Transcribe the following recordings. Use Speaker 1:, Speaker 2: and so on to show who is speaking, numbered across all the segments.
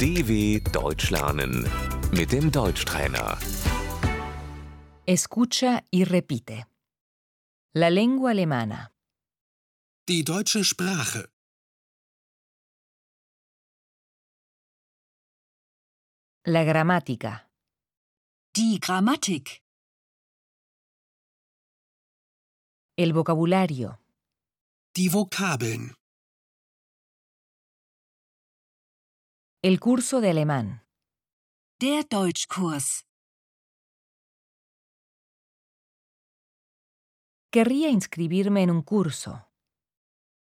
Speaker 1: DW Deutsch lernen mit dem Deutschtrainer.
Speaker 2: Escucha y repite. La lengua alemana.
Speaker 3: Die deutsche Sprache.
Speaker 2: La gramática.
Speaker 4: Die Grammatik,
Speaker 2: El vocabulario.
Speaker 3: Die Vokabeln.
Speaker 2: El curso de alemán.
Speaker 4: der Deutschkurs.
Speaker 2: Querría inscribirme en un curso.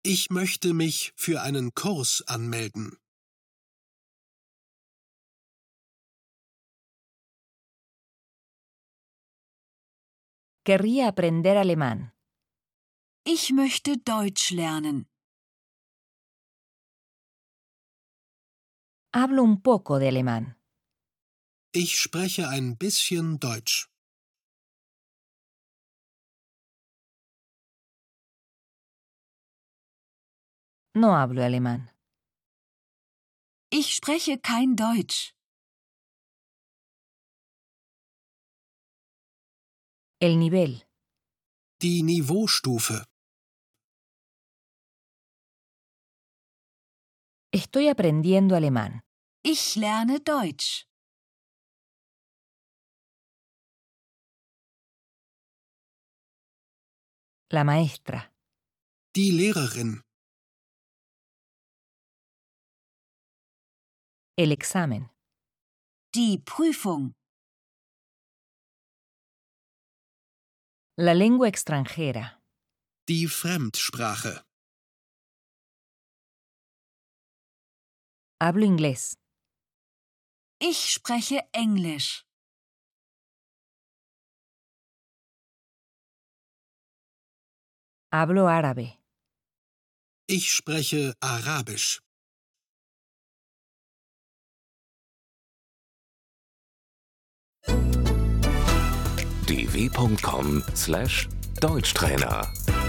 Speaker 3: Ich möchte mich für einen Kurs anmelden.
Speaker 2: Querría aprender alemán.
Speaker 4: Ich möchte Deutsch lernen.
Speaker 2: Hablo un poco de alemán.
Speaker 3: Ich spreche ein bisschen Deutsch.
Speaker 2: No hablo alemán.
Speaker 4: Ich spreche kein Deutsch.
Speaker 2: El nivel.
Speaker 3: Die Niveaustufe.
Speaker 2: Estoy aprendiendo alemán.
Speaker 4: Ich lerne Deutsch.
Speaker 2: La maestra.
Speaker 3: Die Lehrerin.
Speaker 2: El examen.
Speaker 4: Die Prüfung,
Speaker 2: La lengua extranjera.
Speaker 3: Die Fremdsprache.
Speaker 2: Hablo inglés.
Speaker 4: ich spreche Englisch.
Speaker 2: Hablo árabe.
Speaker 3: Ich spreche Arabisch.
Speaker 1: dw.com/deutschtrainer